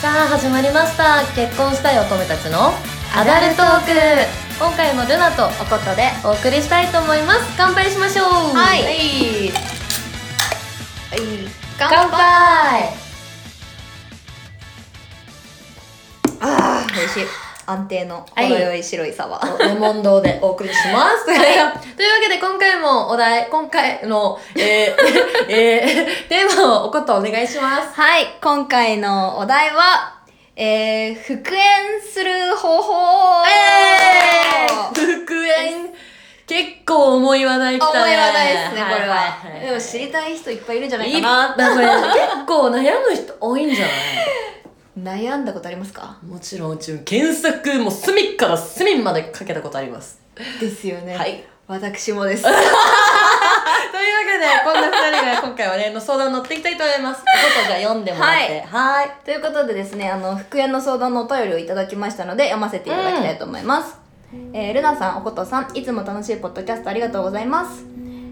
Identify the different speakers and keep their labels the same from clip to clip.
Speaker 1: さあ始まりました結婚したい乙女たちのアダルトーク今回もルナと
Speaker 2: おことで
Speaker 1: お送りしたいと思います乾杯しましょう
Speaker 2: はい
Speaker 1: い乾
Speaker 2: 乾杯
Speaker 1: 杯
Speaker 2: あー美味しい安定の
Speaker 1: はい
Speaker 2: 程よい白いサワー、
Speaker 1: レモン堂でお送りします。というわけで今回もお題、今回の、えー えーテーマをおことお願いします。
Speaker 2: はい今回のお題はえー、復縁する方法
Speaker 1: 復縁、結構重い話題来
Speaker 2: 重い
Speaker 1: たね。
Speaker 2: 話題ですね、これは。でも知
Speaker 1: り
Speaker 2: りたい人いっぱいいるんじゃない
Speaker 1: い
Speaker 2: か
Speaker 1: っ
Speaker 2: な。
Speaker 1: ぱいこれ結構悩む人多いんじゃない
Speaker 2: 悩んだことありますか
Speaker 1: もちろん、うち検索も隅から隅までかけたことあります。
Speaker 2: ですよね。
Speaker 1: はい。
Speaker 2: 私もです。
Speaker 1: というわけで、こんな二人が今回はね、の相談に乗っていきたいと思い ます。ことじゃ読んでもらって。はーい。
Speaker 2: ということでですね、あの、復縁の相談のお便りをいただきましたので、読ませていただきたいと思います。えールナさん、おことさん、いつも楽しいポッドキャストありがとうございます。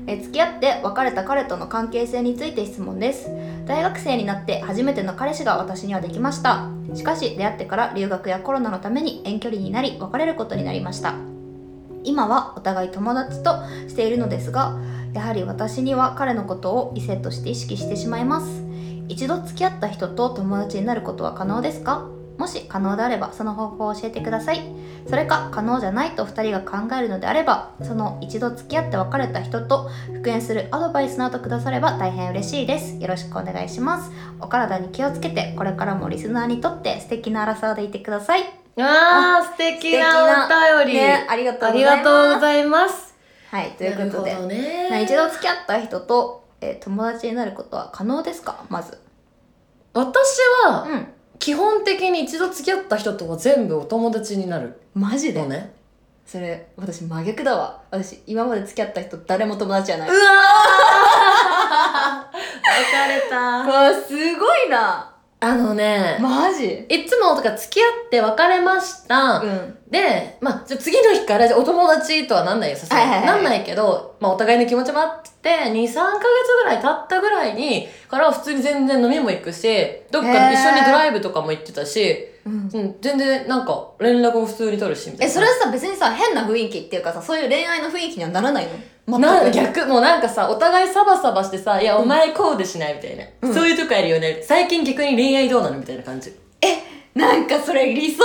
Speaker 2: えー付き合って別れた彼との関係性について質問です。大学生になって初めての彼氏が私にはできました。しかし、出会ってから留学やコロナのために遠距離になり、別れることになりました。今はお互い友達としているのですが、やはり私には彼のことを異性として意識してしまいます。一度付き合った人と友達になることは可能ですかもし可能であればその方法を教えてくださいそれか可能じゃないと2人が考えるのであればその一度付き合って別れた人と復縁するアドバイスなどくだされば大変嬉しいですよろしくお願いしますお体に気をつけてこれからもリスナーにとって素敵なアラサーでいてください
Speaker 1: あー、素敵なお便り。
Speaker 2: ね、ありがとう
Speaker 1: あ
Speaker 2: ござ
Speaker 1: り
Speaker 2: います
Speaker 1: がとうございます。
Speaker 2: はいということで、
Speaker 1: なるほどね
Speaker 2: な一度付き合った人と、えー友達になることは可能ですかまず
Speaker 1: 私は、
Speaker 2: うん
Speaker 1: 基本的に一度付き合った人とは全部お友達になる。
Speaker 2: マジで
Speaker 1: のね。
Speaker 2: それ私真逆だわ私今まで付き合った人誰も友達じゃないう
Speaker 1: わー 別れた。
Speaker 2: わすごいな
Speaker 1: あのね、
Speaker 2: マジ
Speaker 1: いつもとか付き合って別れました。
Speaker 2: うん
Speaker 1: で、まあ、じゃあ次の日からじゃあお友達とはなんないよ、さすがに
Speaker 2: はいはいはい
Speaker 1: なんないけど、まあ、お互いの気持ちもあって、2、3ヶ月ぐらい経ったぐらいに、からは普通に全然飲みも行くし、どっか
Speaker 2: へー
Speaker 1: 一緒にドライブとかも行ってたし、
Speaker 2: うん
Speaker 1: うん、全然なんか連絡も普通に取るし、みたい
Speaker 2: え
Speaker 1: な。
Speaker 2: それはさ別にさ変な雰囲気っていうかさそういう恋愛の雰囲気にはならないの
Speaker 1: な逆、もうなんかさ、お互いサバサバしてさ、いや、お前こうでしないみたいな。
Speaker 2: うん
Speaker 1: そういうとこあるよね。最近逆に恋愛どうなのみたいな感じ。
Speaker 2: なんかそれ理想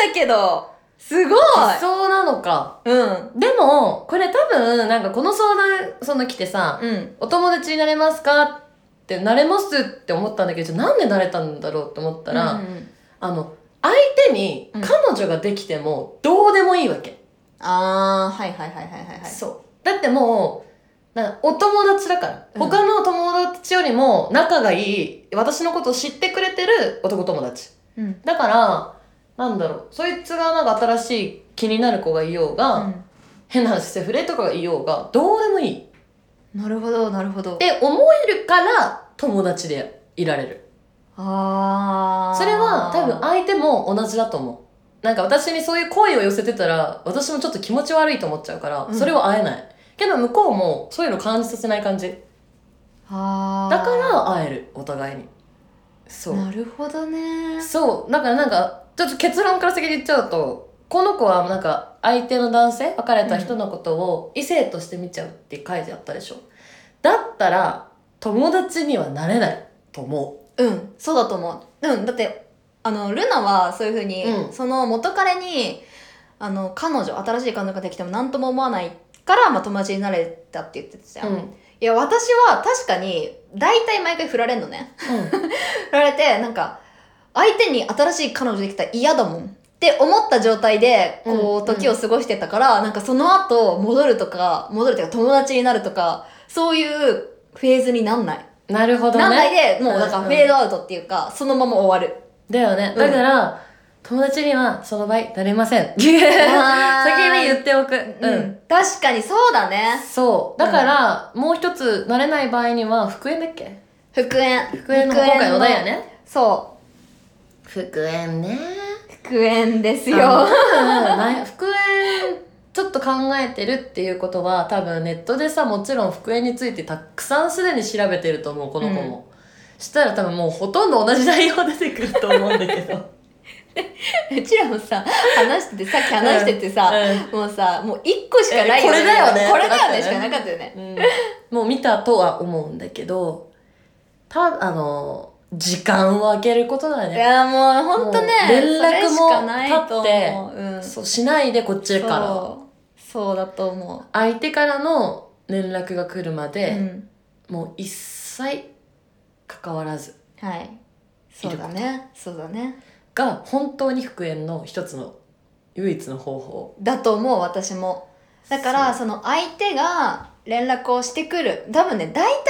Speaker 2: なんだけどすごい
Speaker 1: そうなのか。
Speaker 2: うん
Speaker 1: でも、これ多分、なんかこの相談、その来てさ、
Speaker 2: うん
Speaker 1: お友達になれますかって、なれますって思ったんだけど、じゃあなんでなれたんだろうって思ったら、
Speaker 2: うん
Speaker 1: あの、相手に
Speaker 2: うん
Speaker 1: 彼女ができてもどうでもいいわけ。
Speaker 2: あーはいはいはいはいはいはい
Speaker 1: そう。だってもう、なお友達だから。
Speaker 2: うん
Speaker 1: 他の友達よりも仲がいい、私のことを知ってくれてる男友達。
Speaker 2: うん
Speaker 1: だから、なんだろう、そいつがなんか新しい気になる子がいようが、
Speaker 2: うん
Speaker 1: 変な話セフレとかがいようが、どうでもいい。っ
Speaker 2: なるほどなるほど
Speaker 1: て思えるから、友達でいられる。
Speaker 2: あー
Speaker 1: それは多分相手も同じだと思う。なんか私にそういう声を寄せてたら、私もちょっと気持ち悪いと思っちゃうから、
Speaker 2: うん
Speaker 1: それを会えない。けど向こうもそういうの感じさせない感じ。
Speaker 2: あー
Speaker 1: だから会える、お互いに。そう。
Speaker 2: なるほどね
Speaker 1: そう。だからなんか、ちょっと結論から先に言っちゃうと、この子はなんか相手の男性、別れた人のことを異性として見ちゃうって書いてあったでしょ。だったら、友達にはなれないと思
Speaker 2: うん、そうだと思う。うん、だって、あの、ルナはそういうふうに、
Speaker 1: うん
Speaker 2: その元彼に、あの、彼女、新しい彼女ができても何とも思わないから、まあ、友達になれたって言ってたじゃ
Speaker 1: う。
Speaker 2: ん。
Speaker 1: うん。
Speaker 2: いや、私は確かに、大体毎回振られんのね。振られて、なんか、相手に新しい彼女できたら嫌だもん。って思った状態で、こ
Speaker 1: うん
Speaker 2: う、時を過ごしてたから、なんかその後、戻るとか、戻るというか友達になるとか、そういうフェーズになんない。
Speaker 1: なるほどね。
Speaker 2: なんないで、もうなんか
Speaker 1: うん
Speaker 2: フェードアウトっていうか、そのまま終わる。
Speaker 1: だよね。
Speaker 2: うん
Speaker 1: だから、友達にはその場合なれません。先
Speaker 2: あー
Speaker 1: に言っておく。う。
Speaker 2: うんん、確かにそうだね
Speaker 1: そう。だから、もう一つ、なれない場合には、復縁だっけ
Speaker 2: 復縁
Speaker 1: 復縁の今回のお題やね。
Speaker 2: そ
Speaker 1: 復縁ね。
Speaker 2: う復縁です
Speaker 1: うん
Speaker 2: よ
Speaker 1: ない復縁、ちょっと考えてるっていうことは、多分ネットでさ、もちろん復縁についてたくさんすでに調べてると思う、この子も。したら多分もうほとんど同じ内容出てくると思うんだけど
Speaker 2: うちらもさ話しててさっき話しててさ、もうさもう1個しかない
Speaker 1: えこれだよね
Speaker 2: これだよね
Speaker 1: だ
Speaker 2: し
Speaker 1: った
Speaker 2: か
Speaker 1: よね
Speaker 2: なかったよね
Speaker 1: うんうんもう見たとは思うんだけどたあの時間を空けることだ
Speaker 2: い
Speaker 1: ね
Speaker 2: やもうほんとね
Speaker 1: もう連絡も
Speaker 2: それしかないと思ううん
Speaker 1: そうしないでこっちから
Speaker 2: そうそうだと思
Speaker 1: 相手からの連絡が来るま
Speaker 2: う、
Speaker 1: で、
Speaker 2: うん、
Speaker 1: もう一切関わらず
Speaker 2: はいそうだねそうだね
Speaker 1: が本当に復縁の一つの唯一の方法
Speaker 2: だと思う私もだから
Speaker 1: そ
Speaker 2: その相手が連絡をしてくる多分ね大体ね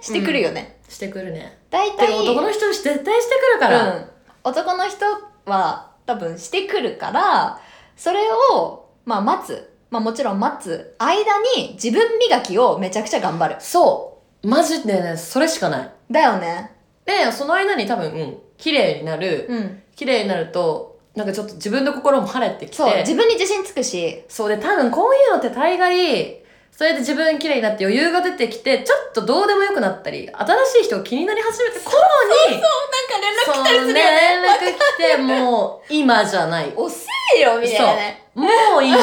Speaker 2: してくるよね、
Speaker 1: うしてくるね
Speaker 2: 大
Speaker 1: て
Speaker 2: 体
Speaker 1: か男の人絶対してくるから、
Speaker 2: うん、男の人は多分してくるからそれを、まあ、待つ、まあ、もちろん待つ間に自分磨きをめちゃくちゃ頑張る
Speaker 1: そうマジでねそれしかない
Speaker 2: だよね
Speaker 1: でその間に多分、うん、綺麗になる、
Speaker 2: うん
Speaker 1: 綺麗になるとなんかちょっと自分の心も晴れてきて
Speaker 2: そう自分に自信つくし
Speaker 1: そうで多分こういうのって大概それで自分綺麗になって余裕が出てきてちょっとどうでもよくなったり新しい人を気になり始めて頃に
Speaker 2: そう
Speaker 1: そうね連絡来てもう今じゃないも
Speaker 2: 遅いよみたいなね
Speaker 1: ういいよっ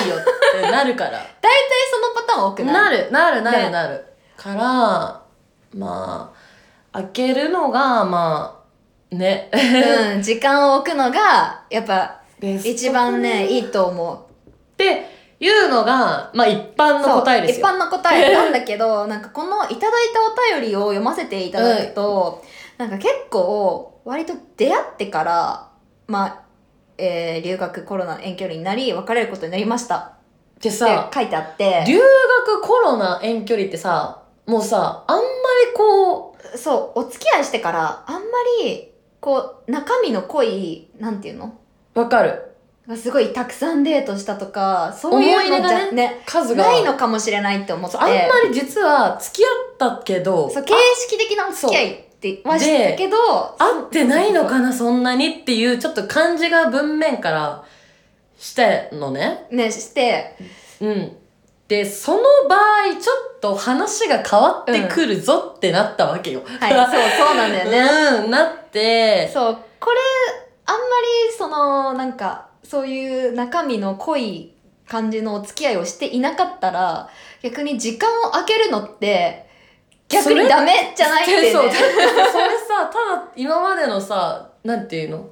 Speaker 1: てなるから
Speaker 2: 大体そのパターン多く ない
Speaker 1: なるなるな
Speaker 2: ね
Speaker 1: るなるからまあ開けるのがまあね
Speaker 2: うん、時間を置くのがやっぱ一番ねい
Speaker 1: っ
Speaker 2: いと思う
Speaker 1: ていうのがまあ一般の答えですよ
Speaker 2: そう一般の答えなんだけど なんかこのいただいたお便りを読ませていただくと、なんか結構割と出会ってからまあ、えー留学コロナ遠距離になり別れることになりました
Speaker 1: で
Speaker 2: って
Speaker 1: さ
Speaker 2: 書いてあって
Speaker 1: 留学コロナ遠距離ってさもうさあんまりこう
Speaker 2: そうお付き合いしてからあんまりこう中身の濃いなんていうの
Speaker 1: わかる
Speaker 2: すごいたくさんデートしたとかそういうのじ
Speaker 1: 思い出
Speaker 2: ゃ
Speaker 1: が
Speaker 2: ね
Speaker 1: 数が
Speaker 2: ないのかもしれないって思って
Speaker 1: そうあんまり実は付き合ったけど
Speaker 2: そう形式的なお付き合いってはしてたけど
Speaker 1: 合ってないのか
Speaker 2: な
Speaker 1: なそんなにっていうちょっと感じが文面からしてのね。
Speaker 2: ねして
Speaker 1: うん。で、その場合ちょっと話が変わってくるぞってなったわけよ。
Speaker 2: はいそうそうなんだよね、
Speaker 1: うん、なって、
Speaker 2: そうこれあんまりそのなんかそういう中身の濃い感じのお付き合いをしていなかったら逆に時間を空けるのって逆
Speaker 1: そ
Speaker 2: に
Speaker 1: れ
Speaker 2: ダメじゃないってね
Speaker 1: そうだってそれさ、ただ今までのさ、なんていうの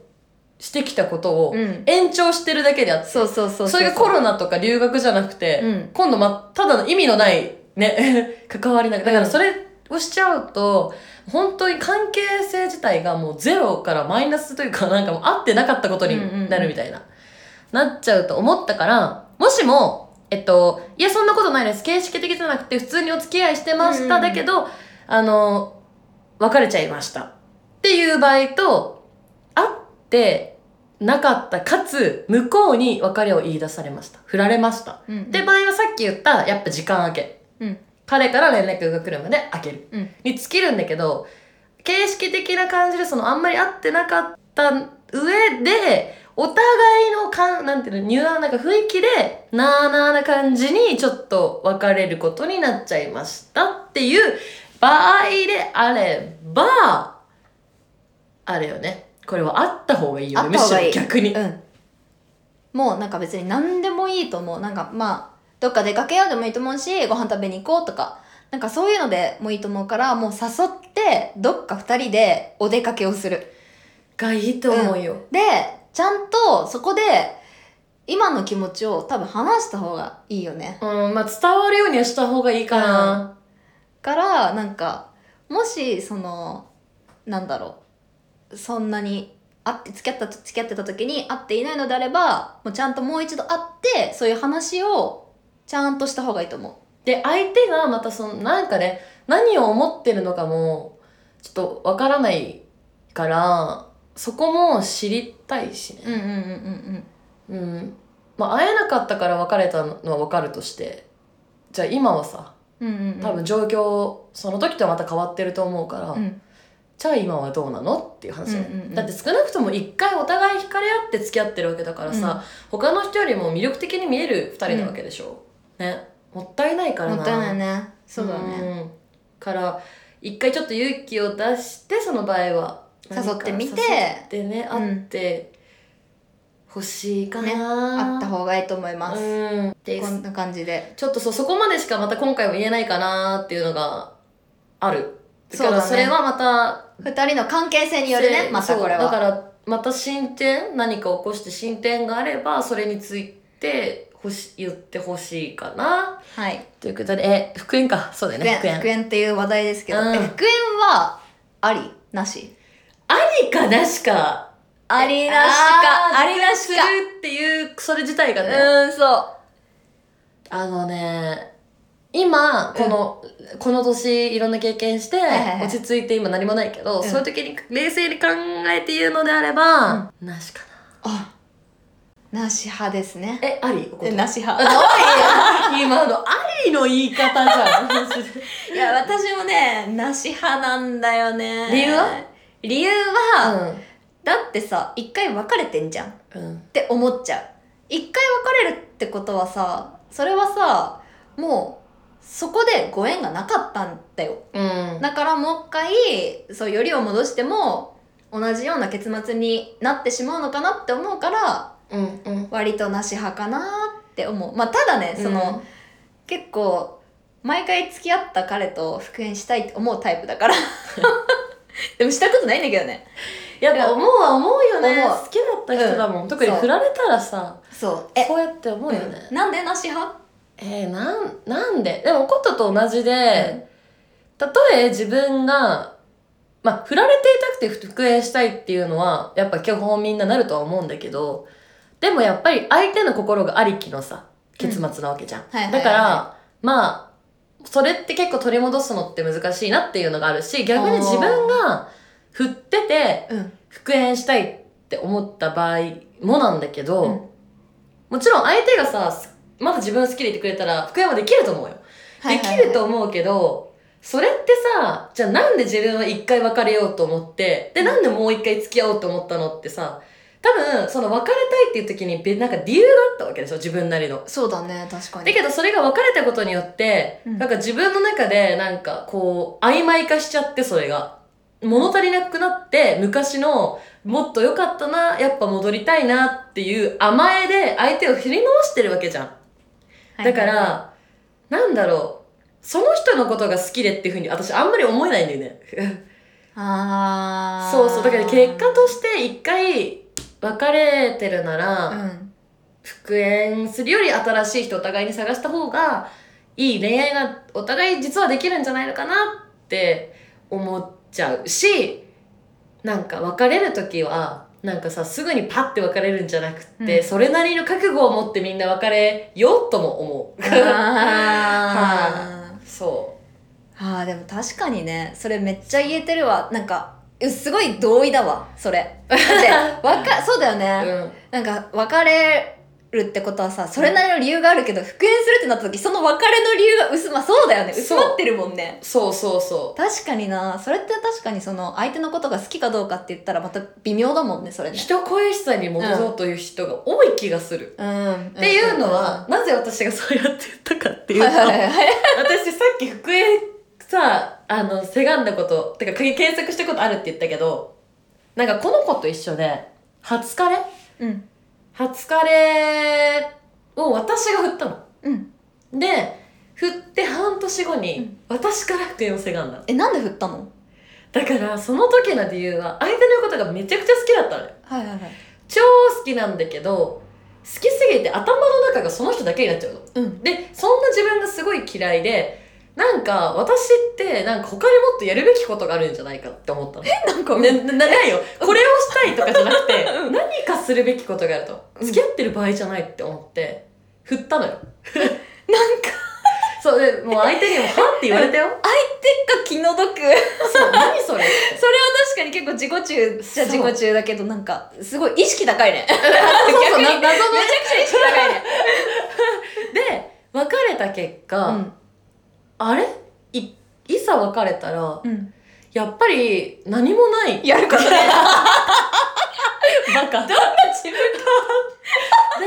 Speaker 1: してきたことを
Speaker 2: うん
Speaker 1: 延長してるだけであって。
Speaker 2: そうそうそうう
Speaker 1: それがコロナとか留学じゃなくて、
Speaker 2: うん
Speaker 1: 今度ま、ただの意味のない、ね、 関わりなくだか
Speaker 2: うん
Speaker 1: らそれをしちゃうと、本当に関係性自体がもうゼロからマイナスというか、なんかもう合ってなかったことになるみたいな、なっちゃうと思ったから、もしも、えっと、いや、そんなことないです。形式的じゃなくて、普通にお付き合いしてました。
Speaker 2: うんうん
Speaker 1: だけど、あの、別れちゃいました。っていう場合と、会ってなかった、かつ、向こうに別れを言い出されました。振られました。
Speaker 2: うんうん
Speaker 1: で、場合はさっき言った、やっぱ時間空け。
Speaker 2: うん
Speaker 1: 彼から連絡が来るまで開ける。
Speaker 2: うん
Speaker 1: に尽きるんだけど、形式的な感じで、その、あんまり会ってなかった上で、お互いのかん、なんていうの、ニュアンなんか雰囲気で、なあなあな感じに、ちょっと別れることになっちゃいましたっていう場合であれば、あれよね。これはあった方がいいよね。
Speaker 2: あった方がいい
Speaker 1: むしろ逆に。
Speaker 2: うん、もうなんか別に何でもいいと思うなんかまあどっか出かけようでもいいと思うしご飯食べに行こうとかなんかそういうのでもいいと思うからもう誘ってどっか2人でお出かけをする
Speaker 1: がいいと思うよ。
Speaker 2: でちゃんとそこで今の気持ちを多分話した方がいいよね
Speaker 1: うん、まあ伝わるようにはした方がいいかな。
Speaker 2: からなんかもしそのなんだろうそんなに会って付き合った付き合ってた時に会っていないのであればもうちゃんともう一度会ってそういう話をちゃんとした方がいいと思
Speaker 1: で、相手がまたその、なんかね、何を思ってるのかも、ちょっとわからないから、そこも知りたいし
Speaker 2: う。うん
Speaker 1: ね。
Speaker 2: うんうんうん
Speaker 1: うん。まあ会えなかったから別れたのはわかるとして、じゃあ今はさ、
Speaker 2: うんうんうん
Speaker 1: 多分状況、その時とはまた変わってると思うから、
Speaker 2: うん
Speaker 1: じゃあ今はどうなのっていう話だよね、
Speaker 2: うんうんうん
Speaker 1: だって少なくとも一回お互い惹かれ合って付き合ってるわけだからさ、他の人よりも魅力的に見える二人なわけでしょ、ねもったいないからな
Speaker 2: もったいないねそうだね
Speaker 1: んから一回ちょっと勇気を出してその場合は
Speaker 2: 誘ってみて
Speaker 1: 何か誘ってね
Speaker 2: うん
Speaker 1: 会ってほしいかな、
Speaker 2: あった方がいいと思います、
Speaker 1: うんで
Speaker 2: こんな感じで
Speaker 1: ちょっとそうそこまでしかまた今回は言えないかなっていうのがあるだから
Speaker 2: そ
Speaker 1: そ
Speaker 2: うだね
Speaker 1: れはまた
Speaker 2: 二人の関係性によるね
Speaker 1: せ
Speaker 2: またこれ
Speaker 1: そうだ
Speaker 2: は
Speaker 1: からまた進展何か起こして進展があればそれについてほし言ってほしいかな
Speaker 2: はい
Speaker 1: ということでえ復縁かそうだよ
Speaker 2: 復
Speaker 1: ね
Speaker 2: 縁
Speaker 1: 復縁
Speaker 2: 復縁っていう話題ですけど、
Speaker 1: うん
Speaker 2: え復縁はありなし
Speaker 1: 何かなしか
Speaker 2: あり
Speaker 1: あ
Speaker 2: あ
Speaker 1: り
Speaker 2: り
Speaker 1: な
Speaker 2: な
Speaker 1: し
Speaker 2: し
Speaker 1: か
Speaker 2: か
Speaker 1: するっていうそれ自体がね、
Speaker 2: うんそう
Speaker 1: あのね今この、この年いろんな経験して、
Speaker 2: いはいはい
Speaker 1: 落ち着いて今何もないけど、
Speaker 2: うん
Speaker 1: そういう時に冷静に考えて言うのであれば、なしか
Speaker 2: あなし派ですね
Speaker 1: なえありおこと
Speaker 2: えなし派多
Speaker 1: 今のありの言い方じゃん
Speaker 2: いよいや私もねなし派なんだよね
Speaker 1: 理由は
Speaker 2: 理由は、
Speaker 1: う
Speaker 2: だってさ一回別れてんじゃん
Speaker 1: ん う
Speaker 2: っ
Speaker 1: ん
Speaker 2: て思っちゃう一回別れるってことはさそれはさもうそこでご縁がなかったんだよ
Speaker 1: うん
Speaker 2: だからもう一回そうよりを戻しても同じような結末になってしまうのかなって思うから
Speaker 1: うんうん
Speaker 2: 割となし派かなって思うまあただねその、結構毎回付き合った彼と復縁したいって思うタイプだ からでもしたことないんだけどね
Speaker 1: やっぱ思うは思うよね
Speaker 2: 思う
Speaker 1: 好きだった人だもん、特に
Speaker 2: そう
Speaker 1: 振られたらさ
Speaker 2: そうえ
Speaker 1: そうやって思うよね、
Speaker 2: なんでなし派
Speaker 1: えー、なんなんででもことと同じで、たとえ自分が、まあ、振られていたくて復縁したいっていうのは、やっぱ基本みんななるとは思うんだけど、でもやっぱり相手の心がありきのさ、結末なわけじゃん。
Speaker 2: はいはいはいは
Speaker 1: だ
Speaker 2: い
Speaker 1: から、まあ、それって結構取り戻すのって難しいなっていうのがあるし、逆に自分が振ってて
Speaker 2: うん
Speaker 1: 復縁したいって思った場合もなんだけど、
Speaker 2: うん
Speaker 1: もちろん相手がさ、すまだ自分好きでいてくれたら復縁はできると思うよ。できると思うけど、それってさ、じゃあなんで自分は一回別れようと思って、で、なんでもう一回付き合おうと思ったのってさ、多分、その別れたいっていう時にべ、なんか理由があったわけでしょ、自分なりの。
Speaker 2: そうだね確かに
Speaker 1: だけどそれが別れたことによって、
Speaker 2: うん
Speaker 1: なんか自分の中でなんかこう曖昧化しちゃってそれが。物足りなくなって昔のもっと良かったな、やっぱ戻りたいなっていう甘えで相手を振り回してるわけじゃん。だから、なんだろう。その人のことが好きでっていうふうに私あんまり思えないんだよね。
Speaker 2: あー
Speaker 1: そうそう。だから結果として一回別れてるなら、
Speaker 2: うん
Speaker 1: 復縁するより新しい人お互いに探した方がいい恋愛がお互い実はできるんじゃないのかなって思っちゃうしなんか別れる時はなんかさすぐにパッて別れるんじゃなくって、
Speaker 2: うん
Speaker 1: それなりの覚悟を持ってみんな別れようとも思う。
Speaker 2: あー
Speaker 1: そ
Speaker 2: あーでも確かにねそれめっちゃ言えてるわなんかうすごい同意だわそれだって わかそうだよ
Speaker 1: う、う
Speaker 2: ね、
Speaker 1: ん、
Speaker 2: なんか別れるってことはさそれなりの理由があるけど復縁するってなった時その別れの理由が薄まあそうだよね
Speaker 1: そう
Speaker 2: 薄まってるもんね
Speaker 1: そうそうそう
Speaker 2: 確かになそれって確かにその相手のことが好きかどうかって言ったらまた微妙だもんねそれね
Speaker 1: 人恋しさに戻ろうという人が多い気がする、
Speaker 2: うんっ
Speaker 1: っていうのは、なぜ私がそうやって言ったかっていう
Speaker 2: はい
Speaker 1: と、
Speaker 2: はいはい
Speaker 1: 私さっき福江さあのせがんだことてか検索したことあるって言ったけどなんかこの子と一緒で初カレ
Speaker 2: うん
Speaker 1: 初カレを私が振ったの
Speaker 2: うん
Speaker 1: で振って半年後
Speaker 2: う
Speaker 1: に
Speaker 2: ん
Speaker 1: 私から福江をせがんだの
Speaker 2: えなんで振ったの
Speaker 1: だからその時の理由は相手のことがめちゃくちゃ好きだったのよ
Speaker 2: はいはいはい
Speaker 1: 超好きなんだけど好きすぎて頭の中がその人だけになっちゃうの
Speaker 2: うん
Speaker 1: でそんな自分がすごい嫌いでなんか私ってなんか他にもっとやるべきことがあるんじゃないかって思ったの。ね、
Speaker 2: なんか
Speaker 1: ななないよこれをしたいとかじゃなくて
Speaker 2: うん
Speaker 1: 何かするべきことがあると
Speaker 2: うん
Speaker 1: 付き合ってる場合じゃないって思って振ったのよ。
Speaker 2: なんか
Speaker 1: そうでもう相手にも「は?」って言われたよ。
Speaker 2: 手が気の毒それは
Speaker 1: そう何 それって
Speaker 2: 確かに結構自己中じゃ
Speaker 1: そう
Speaker 2: 自己中だけどなんかすごい意識高いね
Speaker 1: そうそう
Speaker 2: 逆に
Speaker 1: な謎の
Speaker 2: めちゃくちゃ意識高いね
Speaker 1: で別れた結果、あれいいざ別れたら
Speaker 2: うん、うん、
Speaker 1: やっぱり何もない
Speaker 2: やるこ とない
Speaker 1: バカ。
Speaker 2: 自
Speaker 1: だ
Speaker 2: 分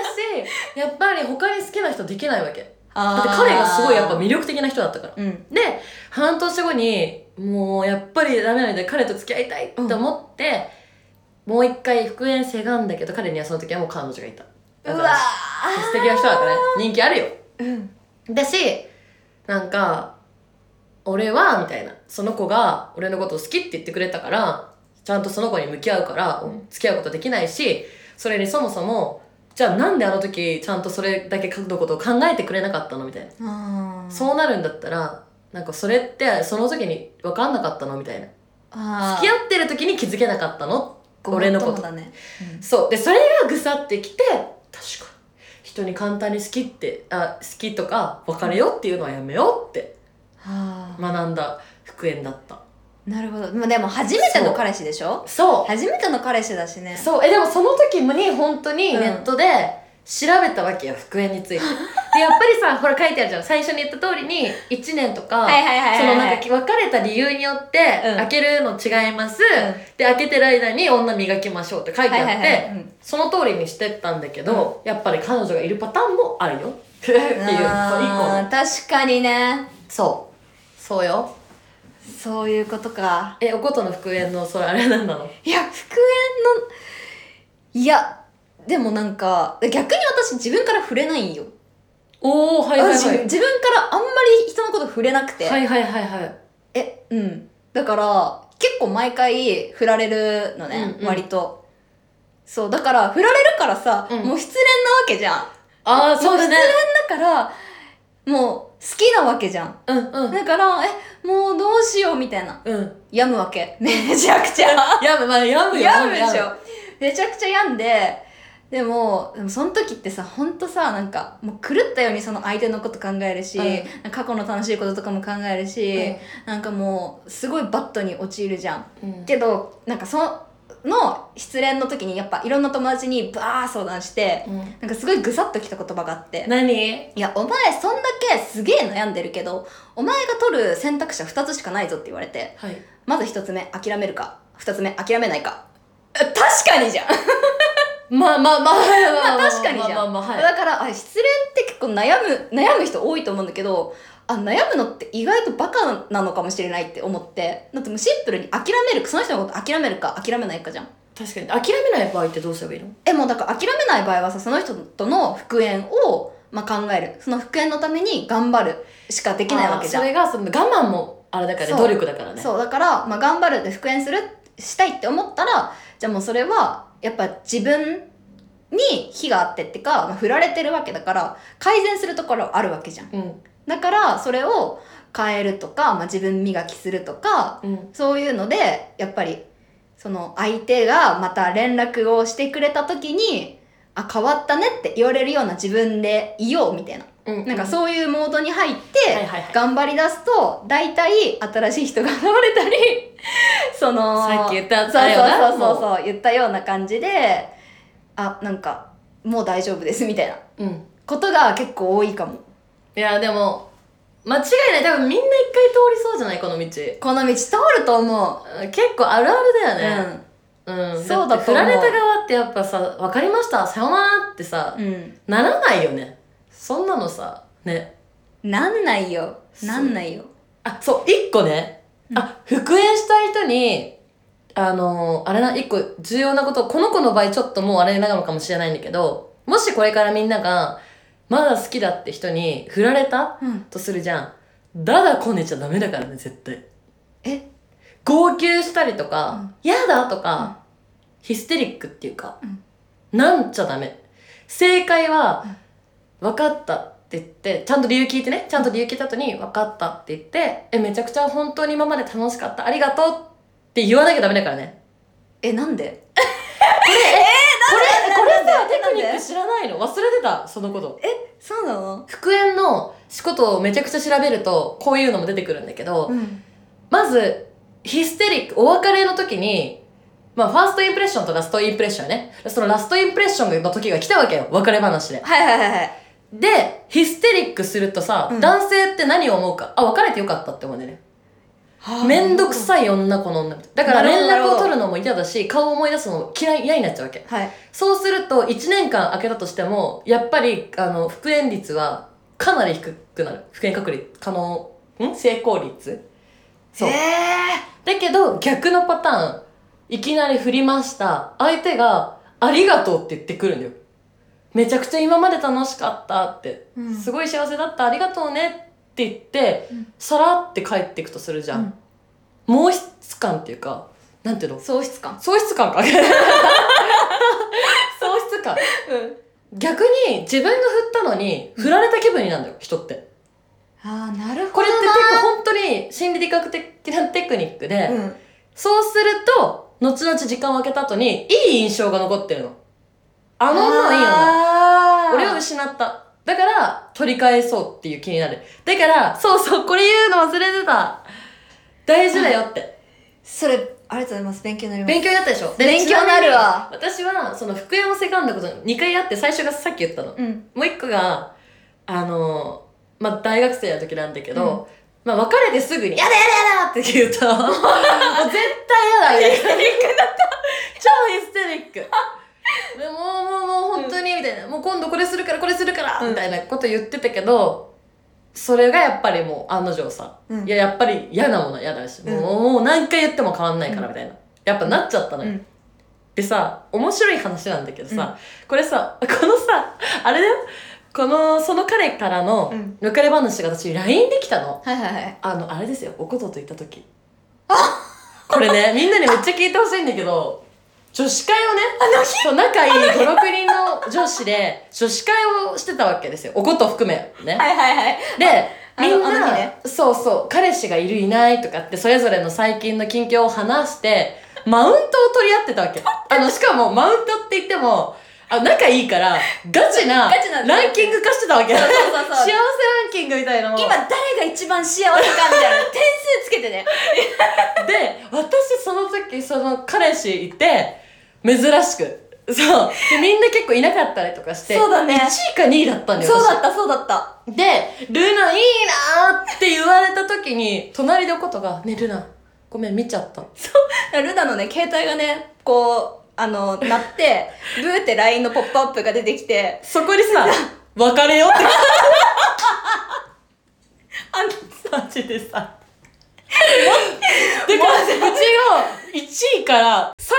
Speaker 1: しやっぱり他に好きな人できないわけだって
Speaker 2: あー
Speaker 1: 彼がすごいやっぱ魅力的な人だったから
Speaker 2: うん
Speaker 1: で半年後にもうやっぱりダメなんで彼と付き合いたいって思って、もう一回復縁せがんだけど彼にはその時はもう彼女がいただから素敵な人だからね人気あるよ
Speaker 2: うん
Speaker 1: だしなんか「俺は」みたいなその子が俺のことを好きって言ってくれたからちゃんとその子に向き合うから
Speaker 2: うん
Speaker 1: 付き合うことできないしそれにそもそもじゃあなんであの時ちゃんとそれだけ書くことを考えてくれなかったのみたいな
Speaker 2: あー
Speaker 1: そうなるんだったらなんかそれってその時に分かんなかったのみたいな
Speaker 2: あ
Speaker 1: 付き合ってる時に気づけなかったの
Speaker 2: 合
Speaker 1: 俺のこと
Speaker 2: だね、うん
Speaker 1: そうでそれがぐさってきて確かに人に簡単に好きってあ好きとか別れようっていうのはやめようって
Speaker 2: はあ、
Speaker 1: 学んだ復縁だった
Speaker 2: なるほどまあでも初めての彼氏でしょ
Speaker 1: そ
Speaker 2: 初めての彼氏だしね
Speaker 1: うそうえでもその時に本当に
Speaker 2: うん
Speaker 1: ネットで調べたわけよ、復縁に ついてでやっぱりさほら書いてあるじゃん最初に言った通りに1年とか、
Speaker 2: はいはいはいはい
Speaker 1: そのなんか別れた理由によって、
Speaker 2: うん
Speaker 1: 開けるの違います、で開けてる間に女磨きましょうって書いてあって、
Speaker 2: うん
Speaker 1: その通りにしてったんだけど、やっぱり彼女がいるパターンもあ るよっていうそう
Speaker 2: あー確かにね
Speaker 1: そうそうよ
Speaker 2: そういうことか
Speaker 1: えおことの復縁のそれあれなんなの
Speaker 2: いや復縁のいやでもなんか逆に私自分から触れないんよ、
Speaker 1: おおはいはいはい
Speaker 2: 私自分からあんまり人のこと触れなくて、
Speaker 1: はいはいはいはい
Speaker 2: えうんだから結構毎回振られるのね、
Speaker 1: うんうん
Speaker 2: 割とそうだから振られるからさ、
Speaker 1: うん
Speaker 2: もう失恋なわけじゃん
Speaker 1: ああそうだね
Speaker 2: だからもう好きなわけじゃん
Speaker 1: うんうん
Speaker 2: だからえもうどうしようみたいな
Speaker 1: うん
Speaker 2: 病むわけめちゃくちゃ
Speaker 1: やむまあやむよ
Speaker 2: 病むでし
Speaker 1: や
Speaker 2: ょめちゃくちゃ病んででもでもその時ってさほんとさなんかもう狂ったようにその相手のこと考えるし、
Speaker 1: う
Speaker 2: 過去の楽しいこととかも考えるし、なんかもうすごいバッドに陥るじゃん
Speaker 1: うんうん
Speaker 2: けどなんかその失恋の時にやっぱいろんな友達にバー相談して
Speaker 1: うん
Speaker 2: なんかすごいぐさっときた言葉があって
Speaker 1: 何
Speaker 2: いや、お前そんだけすげえ悩んでるけど、お前が取る選択肢は2つしかないぞって言われて、
Speaker 1: はい
Speaker 2: まず1つ目、諦めるか。2つ目、諦めないか。え確かにじゃん、
Speaker 1: まあまあまあま
Speaker 2: まあ確かにじゃん
Speaker 1: まあまあまあはい
Speaker 2: だから、あ失恋って結構悩む、悩む人多いと思うんだけど、あ、悩むのって意外とバカなのかもしれないって思って、だってもうシンプルに諦めるか、その人のこと諦めるか、諦めないかじゃん。
Speaker 1: 確かに諦めない場合ってどうすればいいの
Speaker 2: え、もうだから諦めない場合はさ、その人との復縁を、まあ、考える。その復縁のために頑張るしかできないわけじゃん
Speaker 1: あーそ。れがその我慢もあれだから
Speaker 2: そ
Speaker 1: ね
Speaker 2: う
Speaker 1: 努力だからね
Speaker 2: そうだから、まあ、頑張るって復縁するしたいって思ったらじゃあもうそれはやっぱ自分に火があってってか、まあ、振られてるわけだから改善するところあるわけじゃん
Speaker 1: うん
Speaker 2: だからそれを変えるとか、まあ、自分磨きするとか
Speaker 1: うん
Speaker 2: そういうのでやっぱりその相手がまた連絡をしてくれた時にあ変わったねって言われるような自分でいようみたいな
Speaker 1: うん
Speaker 2: なんか
Speaker 1: う
Speaker 2: そういうモードに入っ
Speaker 1: は
Speaker 2: て、
Speaker 1: いはいはい
Speaker 2: 頑張り出すと大体新しい人が現れたり その
Speaker 1: さっき言ったやつ
Speaker 2: そう
Speaker 1: あれよな
Speaker 2: そうそうそうそう言ったような感じであなんかもう大丈夫ですみたいな
Speaker 1: ううん
Speaker 2: ことが結構多いかも
Speaker 1: いやでも間違いない多分みんな一回通りそうじゃないこの道結
Speaker 2: この道通ると思
Speaker 1: 構あるある
Speaker 2: う、
Speaker 1: だよねうん、
Speaker 2: そうだ
Speaker 1: って振
Speaker 2: と思う
Speaker 1: られた側ってやっぱさ「分かりましたさよなら」ってさ、
Speaker 2: うん、う
Speaker 1: ならないよねそんなのさね
Speaker 2: ん、なんないよなんないよ
Speaker 1: あそう一個ね、
Speaker 2: うん
Speaker 1: あ復縁した人にあのあれな一個重要なことこの子の場合ちょっともうあれなのかもしれないんだけどもしこれからみんながまだ好きだって人に振られた
Speaker 2: うん
Speaker 1: とするじゃんだだこねちゃダメだからね絶対
Speaker 2: え
Speaker 1: 号泣したりとか
Speaker 2: うん
Speaker 1: 「やだ」とか、
Speaker 2: うん
Speaker 1: ヒステリックっていうか、
Speaker 2: うん
Speaker 1: なんちゃダメ正解は
Speaker 2: うん
Speaker 1: 「分かった」って言ってちゃんと理由聞いてねちゃんと理由聞いた後に「分かった」って言って「えめちゃくちゃ本当に今まで楽しかったありがとう」って言わなきゃダメだからね
Speaker 2: えなんで
Speaker 1: これこれ
Speaker 2: な
Speaker 1: さ
Speaker 2: んで
Speaker 1: テクニ
Speaker 2: なん
Speaker 1: ッ
Speaker 2: で
Speaker 1: ク知らないの忘れてたそのこと
Speaker 2: そうなの
Speaker 1: 復縁の仕事をめちゃくちゃ調べるとこういうのも出てくるんだけど、
Speaker 2: うん
Speaker 1: まず、ヒステリック、お別れの時に、まあ、ファーストインプレッションとラストインプレッションね。そのラストインプレッションの時が来たわけよ。別れ話で。
Speaker 2: はいはいはいはい
Speaker 1: で、ヒステリックするとさ、
Speaker 2: うん
Speaker 1: 男性って何を思うか。あ、別れてよかったって思うんだよね。
Speaker 2: はあ
Speaker 1: めんどくさい女、この女みたいな。だから
Speaker 2: なる
Speaker 1: 連
Speaker 2: ほど
Speaker 1: 絡
Speaker 2: なるほど
Speaker 1: を取るのも嫌だし、顔を思い出すのも嫌い嫌いになっちゃうわけ。
Speaker 2: はい
Speaker 1: そうすると、1年間開けたとしても、やっぱり、あの、復縁率はかなり低くなる。復縁確率、可能、ん成功率そう
Speaker 2: え
Speaker 1: だけど逆のパターンいきなり振りました相手が「ありがとう」って言ってくるんだよめちゃくちゃ今まで楽しかったって、
Speaker 2: うん
Speaker 1: すごい幸せだったありがとうねって言って、
Speaker 2: うん
Speaker 1: さらって帰っていくとするじゃん、喪失感っていうかなんていうの
Speaker 2: 喪失感
Speaker 1: 喪失感か喪失感
Speaker 2: うん
Speaker 1: 逆に自分が振ったのに振られた気分になるんだよ人って
Speaker 2: ああなる
Speaker 1: こ
Speaker 2: ほ
Speaker 1: れ
Speaker 2: ど
Speaker 1: って
Speaker 2: な
Speaker 1: 結構本当に心理学的なテクニックで、
Speaker 2: うん
Speaker 1: そうすると、後々時間を空けた後に、いい印象が残ってるの。あの女はいい女。
Speaker 2: あー
Speaker 1: 俺を失った。だから、取り返そうっていう気になる。だから、そうそう、これ言うの忘れてた。大事だよって。
Speaker 2: それありがとうございます勉強になります
Speaker 1: 勉強になったでしょで
Speaker 2: 勉強になるわ
Speaker 1: ちなみに私は、その、福山セカンドこと2回あって、最初がさっき言ったの。
Speaker 2: うん
Speaker 1: もう一個が、あの、まあ、大学生の時なんだけど、まあ、別れてすぐに、やだやだやだって言 うと、もう絶対やだみたいな。超ヒステリック。でもう、もう、もう、本当に、みたいな。もう今度これするから、これするから、
Speaker 2: うん
Speaker 1: みたいなこと言ってたけど、それがやっぱりもう、案の定さ、
Speaker 2: うん
Speaker 1: いや、やっぱり嫌なものは嫌だし、
Speaker 2: うん
Speaker 1: もう、もう何回言っても変わんないから、みたいな。やっぱなっちゃったのよ。
Speaker 2: うん
Speaker 1: でさ、面白い話なんだけどさ、これさ、このさ、あれだよ。この、その彼からの
Speaker 2: うん、
Speaker 1: 別れ話が私、LINE できたの。
Speaker 2: はいはいはい
Speaker 1: あの、あれですよ、おことと言った 時。これね、みんなにめっちゃ聞いてほしいんだけど、女子会をね、そう仲いい5、6人の女子で、女子会をしてたわけですよ。おこと含め、ね。
Speaker 2: はいはいはい
Speaker 1: で、
Speaker 2: あ
Speaker 1: みん
Speaker 2: あのあの
Speaker 1: な、
Speaker 2: 日ね
Speaker 1: そうそう、彼氏がいるいないとかって、それぞれの最近の近況を話して、マウントを取り合ってたわけ。あの、しかも、マウントって言っても、あ仲いいから、ガチな
Speaker 2: ガチなんだよ
Speaker 1: ランキング化してたわけ。
Speaker 2: そう
Speaker 1: 幸
Speaker 2: そう そうそう
Speaker 1: せランキングみたいなのを
Speaker 2: 今誰が一番幸せかみたいな点数つけてね
Speaker 1: で私その時その彼氏いて珍しくそうでみんな結構いなかったりとかして
Speaker 2: そうだね
Speaker 1: 1位か2位だったんだよ
Speaker 2: そうだったそうだった
Speaker 1: 私で「ルナいいな」って言われた時に隣でことが「ねルナごめん見ちゃった」
Speaker 2: ルナのね携帯がねこうあの鳴って ブーって LINE のポップアップが出てきて
Speaker 1: そこに さ「別れよ」って
Speaker 2: あの
Speaker 1: 感じでさだからうちが1位から最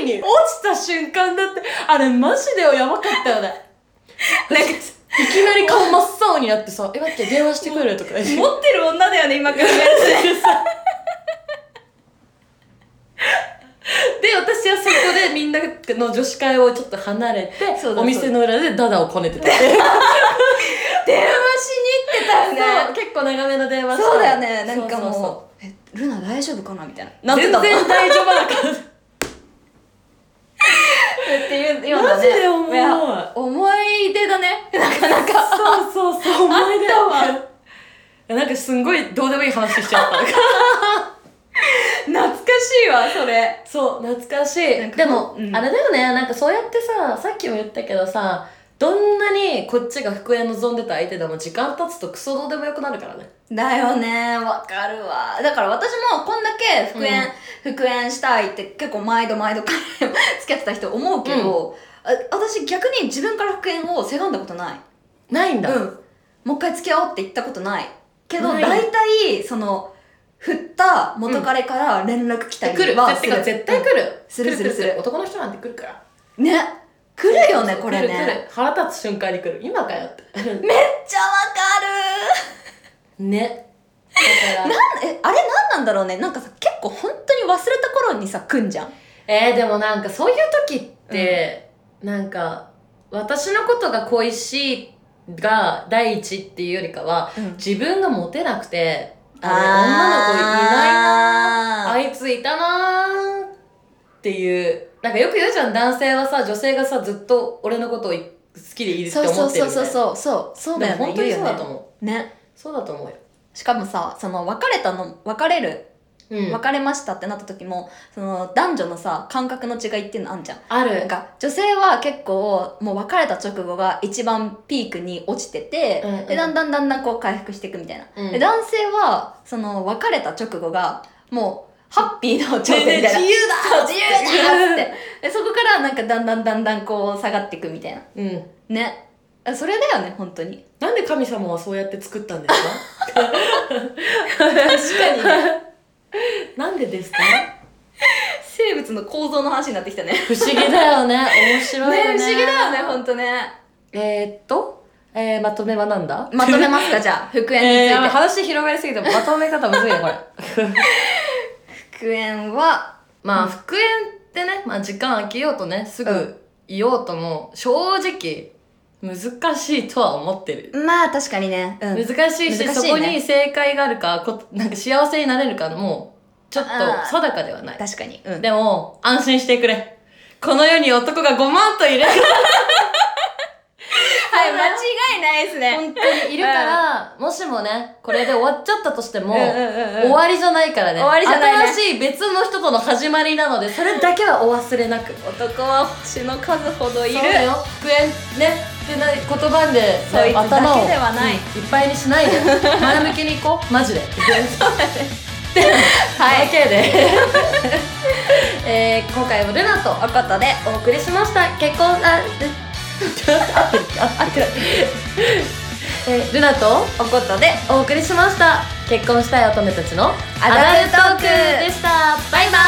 Speaker 1: 下位に落ちた瞬間だってあれマジでやばかったよね
Speaker 2: なんか
Speaker 1: いきなり顔真っ青になってさ「え待って電話してくる」とか言って
Speaker 2: 持ってる女だよね 今からね
Speaker 1: で私はそこでみんなの女子会をちょっと離れて
Speaker 2: そうだ
Speaker 1: お店の裏でダダをこねてた、
Speaker 2: 電話しに行ってた よ
Speaker 1: そう
Speaker 2: ね
Speaker 1: 結構長めの電話して
Speaker 2: そうだよねなんかもう
Speaker 1: そそ
Speaker 2: えルナ大丈夫かなみたいな
Speaker 1: う
Speaker 2: なって
Speaker 1: 全
Speaker 2: た
Speaker 1: 然
Speaker 2: もん
Speaker 1: 大丈夫なかっ
Speaker 2: っていうようなね
Speaker 1: マジで重い
Speaker 2: や思い出だね なかなか
Speaker 1: たそうそうそう思い出
Speaker 2: あったわ
Speaker 1: なんかすんごいどうでもいい話しちゃった
Speaker 2: 懐かしいわそれ
Speaker 1: そう懐かし
Speaker 2: なん
Speaker 1: い
Speaker 2: か
Speaker 1: でも、
Speaker 2: うん
Speaker 1: あれだよねなんかそうやってささっきも言ったけどさどんなにこっちが復縁望んでた相手でも時間経つとクソどうでもよくなるからね
Speaker 2: だよねわかるわだから私もこんだけ復縁、復縁したいって結構毎度毎度彼付き合ってた人思うけど、あ私逆に自分から復縁をせがんだことない
Speaker 1: ないんだ、
Speaker 2: うんもう一回付き合おうって言ったことないけど
Speaker 1: ない
Speaker 2: 大体その振った元彼から連絡来た
Speaker 1: 来
Speaker 2: りはす
Speaker 1: る
Speaker 2: る、
Speaker 1: 絶対絶対来る
Speaker 2: するするする
Speaker 1: 男の人なんて来るから
Speaker 2: ね来るよねこれ
Speaker 1: 来
Speaker 2: ね
Speaker 1: る来る腹立つ瞬間に来る今かよって
Speaker 2: めっちゃわか
Speaker 1: ね だから
Speaker 2: るえあれ何なんだろうねなんかさ結構本当に忘れた頃にさ来んじゃん
Speaker 1: えー、でもなんかそういう時って、なんか私のことが恋しいが第一っていうよりかは自分がモテなくてあれ女の子いないな
Speaker 2: な
Speaker 1: あいついたなーっていうなんかよく言うじゃん男性はさ女性がさずっと俺のことを好きでいるって
Speaker 2: そう
Speaker 1: 思
Speaker 2: そう
Speaker 1: ってる
Speaker 2: そう
Speaker 1: み
Speaker 2: そ
Speaker 1: たいな
Speaker 2: うそうそうそうだよ
Speaker 1: でも
Speaker 2: ね
Speaker 1: 本当にそうだと
Speaker 2: 言うよ
Speaker 1: 思う
Speaker 2: ねね
Speaker 1: そうだと思うよ
Speaker 2: しかもさその別れたの別れる
Speaker 1: うん
Speaker 2: 別れましたってなった時もその男女のさ感覚の違いっていうのあんじゃん
Speaker 1: あ
Speaker 2: なん
Speaker 1: る
Speaker 2: か女性は結構もう別れた直後が一番ピークに落ちてて、
Speaker 1: うんうん
Speaker 2: でだんだんだんだんこう回復していくみたいな、
Speaker 1: うん
Speaker 2: で男性はその別れた直後がもうハッピーの頂点みたい
Speaker 1: ねえ
Speaker 2: な、
Speaker 1: ねえ由だ
Speaker 2: そう自由だっつってでそこからなんかだんだんだんだんこう下がっていくみたいな
Speaker 1: うん
Speaker 2: ねそれだよね本当に
Speaker 1: なんで神様はそうやって作ったんですか
Speaker 2: 確かにね
Speaker 1: なんでですか
Speaker 2: 生物の構造の話になってきたね。
Speaker 1: 不思議だよね面白いよね
Speaker 2: ね不思議だよね、ほんとね。
Speaker 1: えー、っと、えー、 まとめはなんだ
Speaker 2: まとめますか、じゃあ、 復縁に
Speaker 1: え
Speaker 2: ついて。
Speaker 1: ー、話広がりすぎてまとめ方むずいよこれ
Speaker 2: 復縁は、
Speaker 1: まあ
Speaker 2: うん
Speaker 1: 復縁ってね、まあ、時間空けようとねす
Speaker 2: うん
Speaker 1: ぐ言おうとも正直難しいとは思ってる、
Speaker 2: まあ確かにね。うん。
Speaker 1: 難しいし
Speaker 2: 難しいね
Speaker 1: そこに正解があるかこなんか幸せになれるかもうちょっと
Speaker 2: あー
Speaker 1: 定かではない
Speaker 2: 確かに。うん。
Speaker 1: でも安心してくれこの世に男が5万といる
Speaker 2: はい、間違いないですね。
Speaker 1: 本当 にいるから、もしもねこれで終わっちゃったとしても、
Speaker 2: 終
Speaker 1: 終わりじゃないからね
Speaker 2: 終わりじゃないね
Speaker 1: 新しい別の人との始まりなのでそれだけはお忘れなく
Speaker 2: 男は星の数ほどいる。
Speaker 1: そうだよ復縁ねってな言葉でね
Speaker 2: そいつだけで
Speaker 1: 頭を
Speaker 2: はない
Speaker 1: うんいっぱいにしない で前向きにいこうマジで
Speaker 2: はい。
Speaker 1: OK でえー、今回もルナと
Speaker 2: おことでお送りしました。結婚、あ、
Speaker 1: えールナと
Speaker 2: おことで
Speaker 1: お送りしました結婚したい乙女たちのア
Speaker 2: アダ
Speaker 1: ダ
Speaker 2: ル
Speaker 1: ル
Speaker 2: ト
Speaker 1: ト
Speaker 2: ー
Speaker 1: ー
Speaker 2: ク
Speaker 1: クでしたバイバイ